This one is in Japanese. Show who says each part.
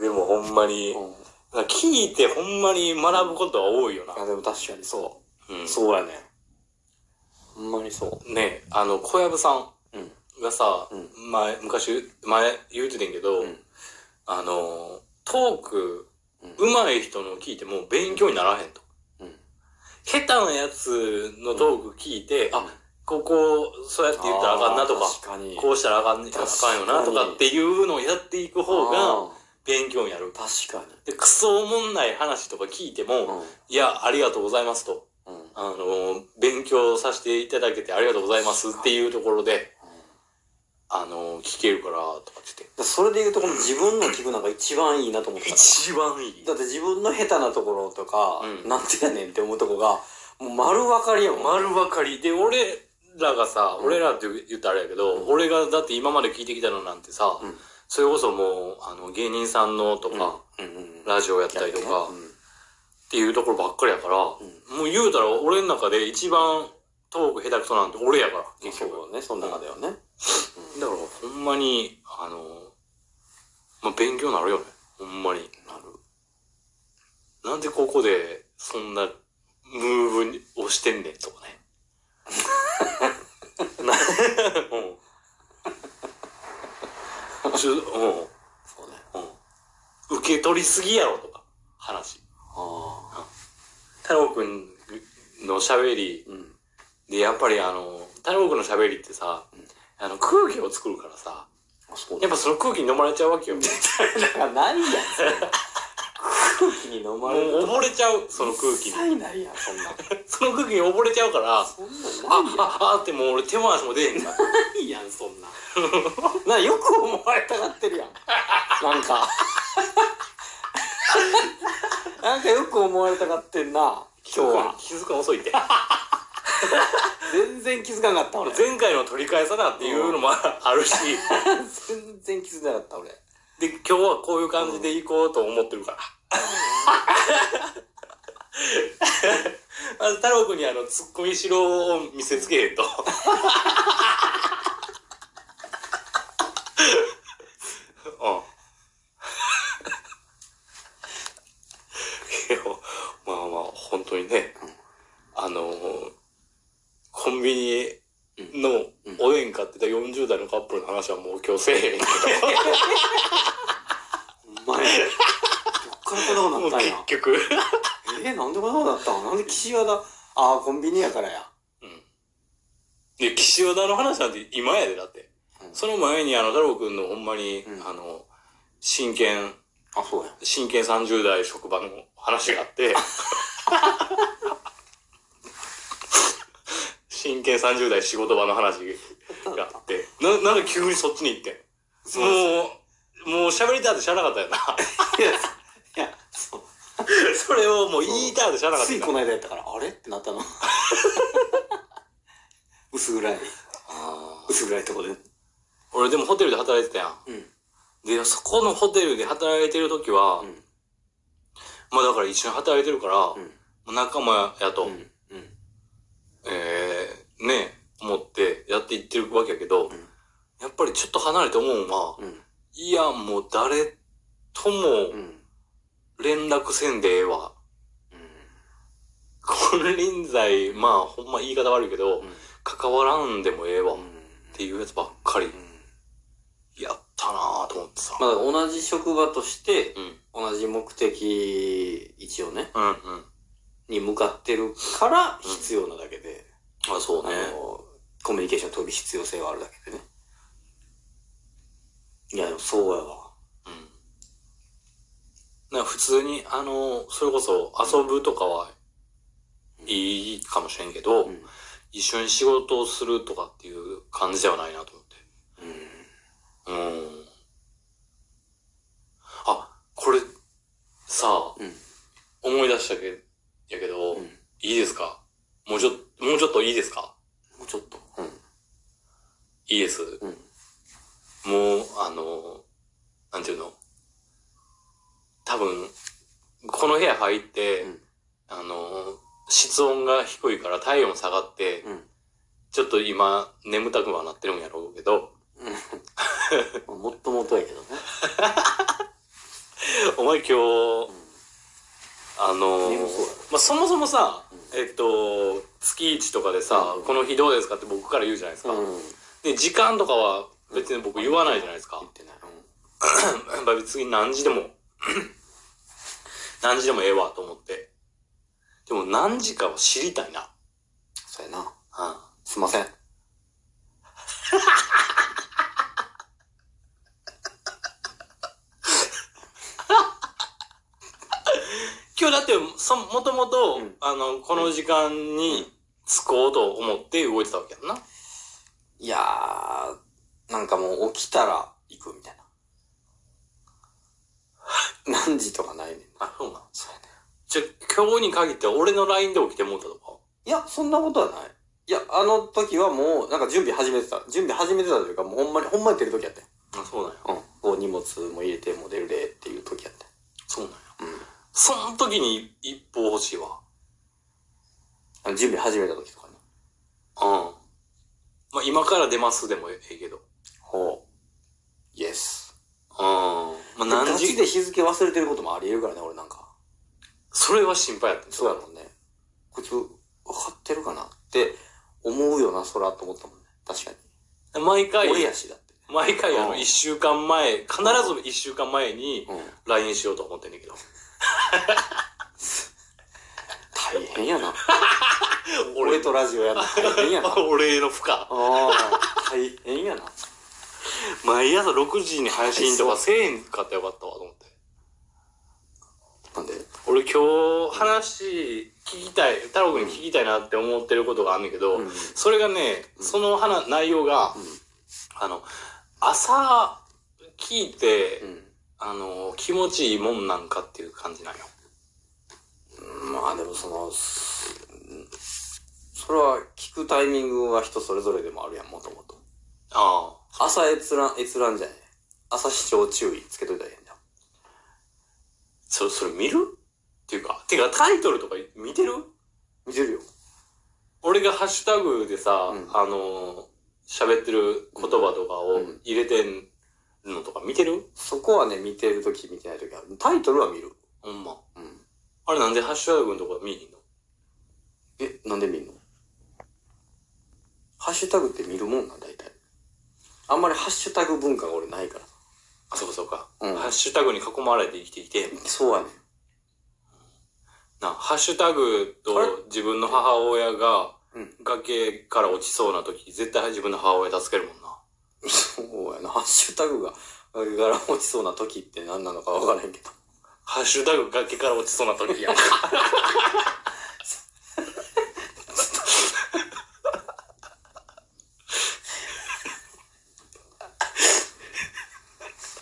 Speaker 1: ほんまに。
Speaker 2: うん。い
Speaker 1: だから聞いてほんまに学ぶことは多いよな。
Speaker 2: や、でも確かにそうう。
Speaker 1: ん。
Speaker 2: そうやね。ほんまにそ
Speaker 1: ねあの、小籔さ
Speaker 2: う。うん。
Speaker 1: んがさ、
Speaker 2: う
Speaker 1: 前、昔、前言うててんけど、
Speaker 2: うん
Speaker 1: あの、トーク、
Speaker 2: うん
Speaker 1: 上手い人の聞いても勉強にならへんと。
Speaker 2: うん。
Speaker 1: 下手なやつのトーク聞いて、あ、
Speaker 2: っ
Speaker 1: ここ、そうやって言ったらあかんなとか、
Speaker 2: 確かに。
Speaker 1: こうしたらあかんあ
Speaker 2: 確かに
Speaker 1: かんよなとかっていうのをやっていく方が
Speaker 2: あ
Speaker 1: 勉強になる
Speaker 2: ー。確か
Speaker 1: で、クソおもんない話とか聞いて
Speaker 2: に。
Speaker 1: も、いや、ありがとうございますと。
Speaker 2: うん。うん。
Speaker 1: あの、勉強させていただけてありがとうございますっていうところで、あの、聞けるから、とかって言って。
Speaker 2: でそれで言うと、この自分の聞くのが一番いいなと思った。
Speaker 1: 一番いい。
Speaker 2: だって自分の下手なところとか、
Speaker 1: うん
Speaker 2: なんてやねんって思うとこが、もう丸分かりやもん。
Speaker 1: 丸分かり。で、俺らがさ、
Speaker 2: うん
Speaker 1: 俺らって言ったらあれやけど、
Speaker 2: うん
Speaker 1: 俺がだって今まで聞いてきたのなんてさ、
Speaker 2: うん
Speaker 1: それこそもう、あの、芸人さんのとか、
Speaker 2: うんうん。
Speaker 1: ラジオやったりとか、
Speaker 2: う
Speaker 1: っ
Speaker 2: ん
Speaker 1: ていうところばっかりやから、
Speaker 2: ん
Speaker 1: もう言うたら俺の中で一番トーク下手くそなんて俺やから、結
Speaker 2: そ
Speaker 1: 局。
Speaker 2: うだね、その中ではね。
Speaker 1: だからほんまに、あの、まあ、勉強になるよね。ほんまに。
Speaker 2: なる。
Speaker 1: なんでここで、そんな、ムーブをしてんねんと かね。 なうん。ちょ、う
Speaker 2: そうね。
Speaker 1: ん、うん。受け取りすぎやろとか、話。
Speaker 2: ああ。
Speaker 1: 太郎くんの喋り
Speaker 2: うん。
Speaker 1: で、やっぱりあの、太郎くんの喋りってさ、あの、空気を作るからさ、
Speaker 2: あ、そう
Speaker 1: や
Speaker 2: だ
Speaker 1: っぱその空気に飲まれちゃうわけよ。
Speaker 2: だから何やん、それ空気に飲
Speaker 1: も
Speaker 2: ま
Speaker 1: う
Speaker 2: れると。
Speaker 1: 溺れちゃう、その空気に
Speaker 2: 一。切ないや ん、そんな。
Speaker 1: その空気に溺れちゃうから、あ、
Speaker 2: そんなないやん。
Speaker 1: あ、あってもう俺手回しも出えへんから。
Speaker 2: ないやん、そんな。な、よく思われたがってるやん。なんか。なんかよく思われたがってんな、今日は。
Speaker 1: 気づくの遅いって。
Speaker 2: 全然気づかなかった、俺。
Speaker 1: 前回の取り返さだっていうのもあるし、
Speaker 2: 全然気づかなかった、俺。
Speaker 1: で、今日はこういう感じで行こうと思ってるから。まず太郎くんにあの、ツッコミしろを見せつけへんと。うん。いやまあまあ、本当にね、あのコンビニのおでん買ってた40代のカップルの話はもう今日せえへんけど
Speaker 2: お前、どっからこんな
Speaker 1: も
Speaker 2: ことに
Speaker 1: う
Speaker 2: なったん
Speaker 1: 結
Speaker 2: や。
Speaker 1: 局。
Speaker 2: えー、なんでこんなことになったんなんで岸和田、ああ、コンビニやからや。
Speaker 1: いや、岸和田の話なんて今やで、だって。
Speaker 2: うん
Speaker 1: その前に、あの、太郎くんのほんまに、
Speaker 2: うん
Speaker 1: あの、真剣、
Speaker 2: あ、そうや。
Speaker 1: 真剣30代職場の話があ って、真剣30代仕事場の話があって、な、なんか急にそっちに行ってん。
Speaker 2: そう
Speaker 1: も
Speaker 2: です
Speaker 1: う、もう喋りたいってしゃらなかっ たよな。
Speaker 2: いや、いや、そう。
Speaker 1: それをもう言いたいってしゃらなかっ
Speaker 2: つ
Speaker 1: た
Speaker 2: い
Speaker 1: よ
Speaker 2: こ
Speaker 1: な。
Speaker 2: の間やったから、あれってなったの。薄暗い、
Speaker 1: あー
Speaker 2: 薄暗いとこで。うん。
Speaker 1: 俺でもホテルで働いてたやん。で、そこのホテルで働いてる時は、
Speaker 2: うん。
Speaker 1: まあだから一緒に働いてるから、
Speaker 2: うん。
Speaker 1: 仲間やと、
Speaker 2: うん。うん。
Speaker 1: えー、ね、思ってやっていってるわけやけど、
Speaker 2: うん
Speaker 1: やっぱりちょっと離れて思うのは、
Speaker 2: うん。
Speaker 1: いや、もう誰とも
Speaker 2: うん。
Speaker 1: 連絡せんでええわ。 金輪際、まあほんま言い方悪いけど、関わらんでもええわ。っていうやつばっかり、やったなぁと思ってさ。
Speaker 2: まあ、同じ職場として、
Speaker 1: うん。
Speaker 2: 同じ目的、一応ね、
Speaker 1: うんうん。
Speaker 2: に向かってるから、必要なだけで、
Speaker 1: あ、そうね。
Speaker 2: あの、コミュニケーションを取る必要性はあるだけでね。いや、でもそうやわ。
Speaker 1: うん。なんか普通に、あの、それこそ遊ぶとかは、いいかもしれんけど、
Speaker 2: うん。
Speaker 1: 一緒に仕事をするとかっていう感じではないなと思って。
Speaker 2: う
Speaker 1: う
Speaker 2: ん。
Speaker 1: ん。あ、これ、さあ、
Speaker 2: うん
Speaker 1: 思い出したけ、やけど、
Speaker 2: うん
Speaker 1: いいですかもうちょ、もうちょっといいですか
Speaker 2: もうちょっと。う
Speaker 1: いいです。
Speaker 2: ん。うん。
Speaker 1: もう、あの、なんていうの多分、この部屋入って、
Speaker 2: うん
Speaker 1: あの、室温が低いから体温下がって、
Speaker 2: うん。
Speaker 1: ちょっと今、眠たくはなってるんやろうけ ど、
Speaker 2: うんもっともとやけどね。
Speaker 1: 思お前今日、あのー
Speaker 2: 眠そうや
Speaker 1: まあ、そもそもさ
Speaker 2: うん、
Speaker 1: えっと、月一とかでさ、
Speaker 2: うん
Speaker 1: この日どうですかって僕から言うじゃないですか。
Speaker 2: うん。
Speaker 1: で、時間とかは別に僕言わないじゃないですか
Speaker 2: 言っ。てない。
Speaker 1: やっぱり次何時でも、何時でもええわと思って。でも何時かは知りたいな。
Speaker 2: そうやな。
Speaker 1: うん
Speaker 2: すいません。
Speaker 1: 今日だってそ、もともと、
Speaker 2: うん
Speaker 1: あの、この時間に着こうと思って動いてたわけやんな。
Speaker 2: いやー、なんかもう起きたら行くみたいな。 何時とかないねんな。
Speaker 1: あ、そうなん。
Speaker 2: そうやね。
Speaker 1: じゃ、今日に限って俺の LINE で起きてもうたとか。
Speaker 2: いや、そんなことはない。いや、あの時はもう、なんか準備始めてた。準備始めてたというか、もうほんまに、ほんまに出る時やったよ。
Speaker 1: あ、そうなんや。
Speaker 2: うん。こう荷物も入れて、もう出るでっていう時やったよ。
Speaker 1: そうなんや。
Speaker 2: うん。
Speaker 1: その時に一報欲しいわ。
Speaker 2: あの準備始めた時とかね。
Speaker 1: うん。まあ、今から出ますでもええけど。
Speaker 2: ほう。イエス。
Speaker 1: うん。まあ、
Speaker 2: 何
Speaker 1: 何
Speaker 2: 時
Speaker 1: 時
Speaker 2: で日付忘れてることもあり得るからね、俺なんか。
Speaker 1: それは心配やったん
Speaker 2: そうやもんね。こいつ、分かってるかなって思うよな、そら、と思ったもんね。確かに。
Speaker 1: 毎回、
Speaker 2: 俺やし、だって。
Speaker 1: 毎回あ
Speaker 2: う
Speaker 1: の、
Speaker 2: ん
Speaker 1: 一週間前、必ず一週間前に
Speaker 2: うん。
Speaker 1: LINE しようと思ってんだけど。
Speaker 2: 大変やな。俺
Speaker 1: 俺と、
Speaker 2: とラジオやるの大変や な。あ
Speaker 1: 俺の負荷。
Speaker 2: あ、大変やな。
Speaker 1: 毎朝6時に配信とかせえへんかったらよかったわと思って。
Speaker 2: なんで
Speaker 1: 俺今日話聞きたい、太郎くんに聞きたいなって思ってることがあんねんけど、
Speaker 2: うん
Speaker 1: それがね、
Speaker 2: うん
Speaker 1: その話、内容が、あの、朝聞いて、
Speaker 2: う
Speaker 1: あの、気持ちいいもんなんかっていう感じなんよ。
Speaker 2: ん。まあでもその、すうんそれは聞くタイミングは人それぞれでもあるやん、もともと。
Speaker 1: ああ。
Speaker 2: 朝閲覧、閲覧じゃねえ。朝視聴注意つけといたらええんだよ。
Speaker 1: それ、それ見るっていうか、てかタイトルとか見てる
Speaker 2: 見てるよ。
Speaker 1: 俺がハッシュタグでさ、
Speaker 2: うん
Speaker 1: あの、喋ってる言葉とかを
Speaker 2: うん
Speaker 1: 入れてんのとか見てる
Speaker 2: そこはね、見てるとき見てないときある。タイトルは見る。
Speaker 1: ほんま。
Speaker 2: うん。
Speaker 1: あれなんでハッシュタグのとこ見えへんの
Speaker 2: え、なんで見んのハッシュタグって見るもんなん、大体。あんまりハッシュタグ文化が俺ないから。
Speaker 1: あ、そうかそうか。
Speaker 2: うん
Speaker 1: ハッシュタグに囲まれて生きてきてへんもん
Speaker 2: そうやねん。
Speaker 1: な。ハッシュタグと
Speaker 2: あれ
Speaker 1: 自分の母親が
Speaker 2: うん
Speaker 1: 崖から落ちそうな時、絶対自分の母親助けるもんな。
Speaker 2: そうやな。ハッシュタグが、柄落ちそうな時って何なのかわからへんけど。
Speaker 1: ハッシュタグ崖から落ちそうな時や。